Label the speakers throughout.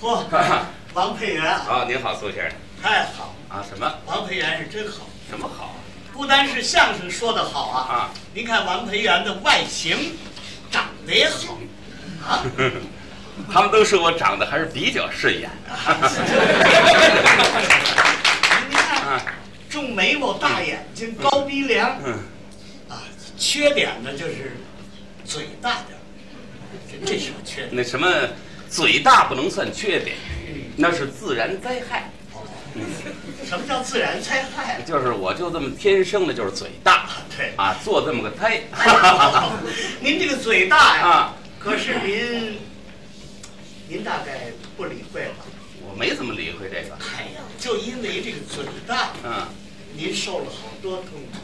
Speaker 1: 嚯，王佩元啊，
Speaker 2: 啊，您好，苏先生。
Speaker 1: 太好了！
Speaker 2: 啊，什么
Speaker 1: 王佩元是真好，
Speaker 2: 什么好
Speaker 1: 不单是相声说的好啊，
Speaker 2: 啊？
Speaker 1: 您看王培元的外形，长得也好 啊。
Speaker 2: 他们都说我长得还是比较顺眼。
Speaker 1: 您看，
Speaker 2: 啊，
Speaker 1: 重眉毛、大眼睛、高鼻梁
Speaker 2: 嗯，
Speaker 1: 啊，缺点呢就是嘴大点儿，这这是个缺点。
Speaker 2: 那什么，嘴大不能算缺点，那是自然灾害。
Speaker 1: 什么叫自然灾害？啊
Speaker 2: 就是我就这么天生的，就是嘴大
Speaker 1: 对，
Speaker 2: 啊，做这么个胎。
Speaker 1: 您这个嘴大呀，
Speaker 2: 啊，
Speaker 1: 可是您，您大概不理会吧？
Speaker 2: 我没怎么理会这个。
Speaker 1: 哎呀，就因为这个嘴大，
Speaker 2: 嗯，
Speaker 1: 您受了好多痛苦。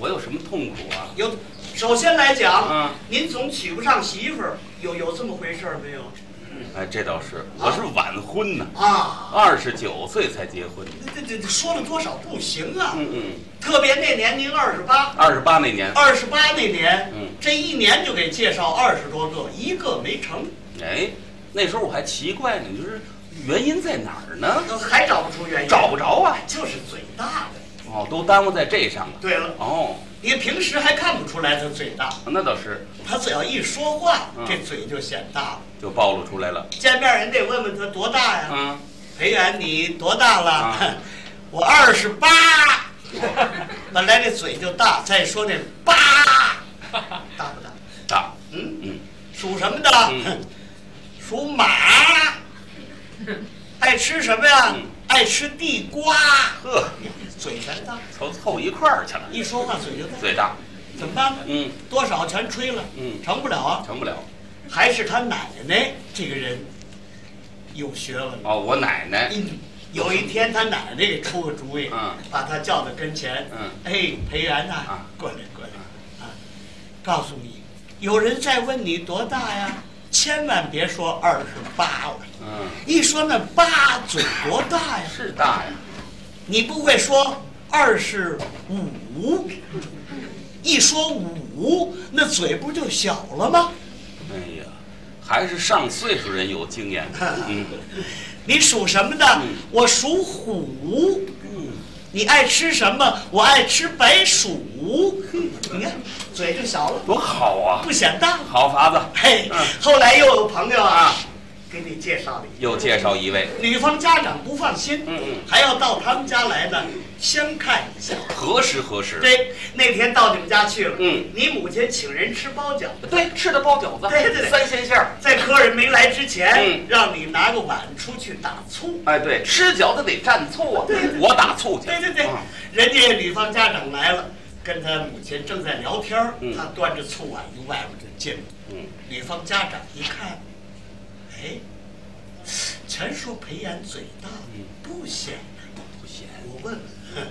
Speaker 2: 我有什么痛苦啊？
Speaker 1: 有，首先来讲，
Speaker 2: 嗯
Speaker 1: 您总娶不上媳妇儿，有有这么回事儿没有？
Speaker 2: 哎，这倒是，我是晚婚呢，
Speaker 1: 啊，
Speaker 2: 二十九岁才结婚。
Speaker 1: 这这这说了多少不行啊！
Speaker 2: 嗯嗯，
Speaker 1: 特别那年您二十八，
Speaker 2: 二十八那年。
Speaker 1: 二十八那年，
Speaker 2: 嗯
Speaker 1: 这一年就给介绍二十多个，一个没成，
Speaker 2: 哎，那时候我还奇怪呢，就是原因在哪儿呢？
Speaker 1: 还找不出原因，
Speaker 2: 找不着啊！
Speaker 1: 就是嘴大呗。
Speaker 2: 哦，都耽误在这上了。
Speaker 1: 对了，
Speaker 2: 哦，
Speaker 1: 你平时还看不出来他嘴大，
Speaker 2: 那倒是，
Speaker 1: 他只要一说话，
Speaker 2: 嗯
Speaker 1: 这嘴就显大了。
Speaker 2: 就暴露出来了。
Speaker 1: 见面人得问问他多大呀？
Speaker 2: 嗯，
Speaker 1: 裴元，你多大了？
Speaker 2: 啊
Speaker 1: 我二十八。 本来这嘴就大，再说这 八，大不大？
Speaker 2: 大，
Speaker 1: 嗯，
Speaker 2: 嗯，
Speaker 1: 属什么的？
Speaker 2: 嗯
Speaker 1: 属马。 爱吃什么呀？
Speaker 2: 嗯
Speaker 1: 爱吃地瓜。
Speaker 2: 呵，
Speaker 1: 嘴全大，
Speaker 2: 凑凑一块儿去了，
Speaker 1: 一说话嘴就大，
Speaker 2: 最大，
Speaker 1: 怎么办呢？
Speaker 2: 嗯，
Speaker 1: 多少全吹了，
Speaker 2: 嗯
Speaker 1: 成不了啊。
Speaker 2: 成不了。
Speaker 1: 还是他奶奶这个人有学问。
Speaker 2: 哦，我奶奶，
Speaker 1: 嗯，有一天他奶奶给出个主意，
Speaker 2: 嗯
Speaker 1: 把他叫到跟前，
Speaker 2: 嗯
Speaker 1: 哎，裴元呐、
Speaker 2: 啊
Speaker 1: 过来过来，啊，告诉你，有人在问你多大呀，千万别说二十八了，
Speaker 2: 嗯，
Speaker 1: 一说那八嘴多大呀，
Speaker 2: 是大呀，
Speaker 1: 你不会说二十五，一说五，那嘴不就小了吗？
Speaker 2: 哎呀，还是上岁数人有经验。嗯，
Speaker 1: 你属什么的？
Speaker 2: 嗯
Speaker 1: 我属虎。
Speaker 2: 嗯，
Speaker 1: 你爱吃什么？我爱吃白薯。你看，嘴就小了，
Speaker 2: 多好啊，
Speaker 1: 不显大。
Speaker 2: 好法子。
Speaker 1: 嘿
Speaker 2: 嗯，
Speaker 1: 后来又有朋友啊，给你介绍了一
Speaker 2: 又介绍一位，
Speaker 1: 个，女方家长不放心，
Speaker 2: 嗯嗯
Speaker 1: 还要到他们家来呢，相看一下。
Speaker 2: 何时何时？
Speaker 1: 对，那天到你们家去了，
Speaker 2: 嗯，
Speaker 1: 你母亲请人吃包饺子，
Speaker 2: 对，吃的包饺子，
Speaker 1: 对对对
Speaker 2: 三鲜馅儿。
Speaker 1: 在客人没来之前，
Speaker 2: 嗯
Speaker 1: 让你拿个碗出去打醋。
Speaker 2: 哎，对，吃饺子得蘸醋啊，我打醋去。
Speaker 1: 对对对
Speaker 2: 嗯，
Speaker 1: 人家女方家长来了，跟他母亲正在聊天儿，
Speaker 2: 嗯
Speaker 1: 他端着醋碗从外面就进来。
Speaker 2: 嗯，
Speaker 1: 女方家长一看，哎，全说裴岩嘴大，
Speaker 2: 嗯
Speaker 1: 不显摆。
Speaker 2: 不咸。
Speaker 1: 我问问，哼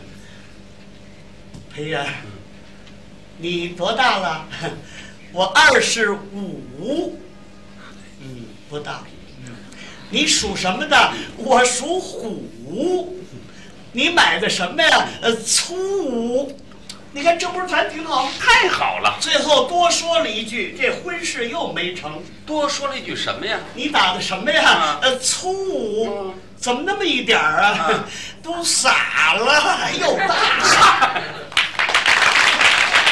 Speaker 1: 裴岩，你多大了？ 哼我二十五。嗯，不大。你属什么的？我属虎。你买的什么呀？呃，粗。你看，这不是咱挺好吗？
Speaker 2: 太好了，
Speaker 1: 最后多说了一句，这婚事又没成。
Speaker 2: 多说了一句什么呀？
Speaker 1: 你打的什么呀？
Speaker 2: 啊
Speaker 1: 呃，醋
Speaker 2: 嗯，
Speaker 1: 怎么那么一点儿啊？
Speaker 2: 啊
Speaker 1: 都洒了，又大。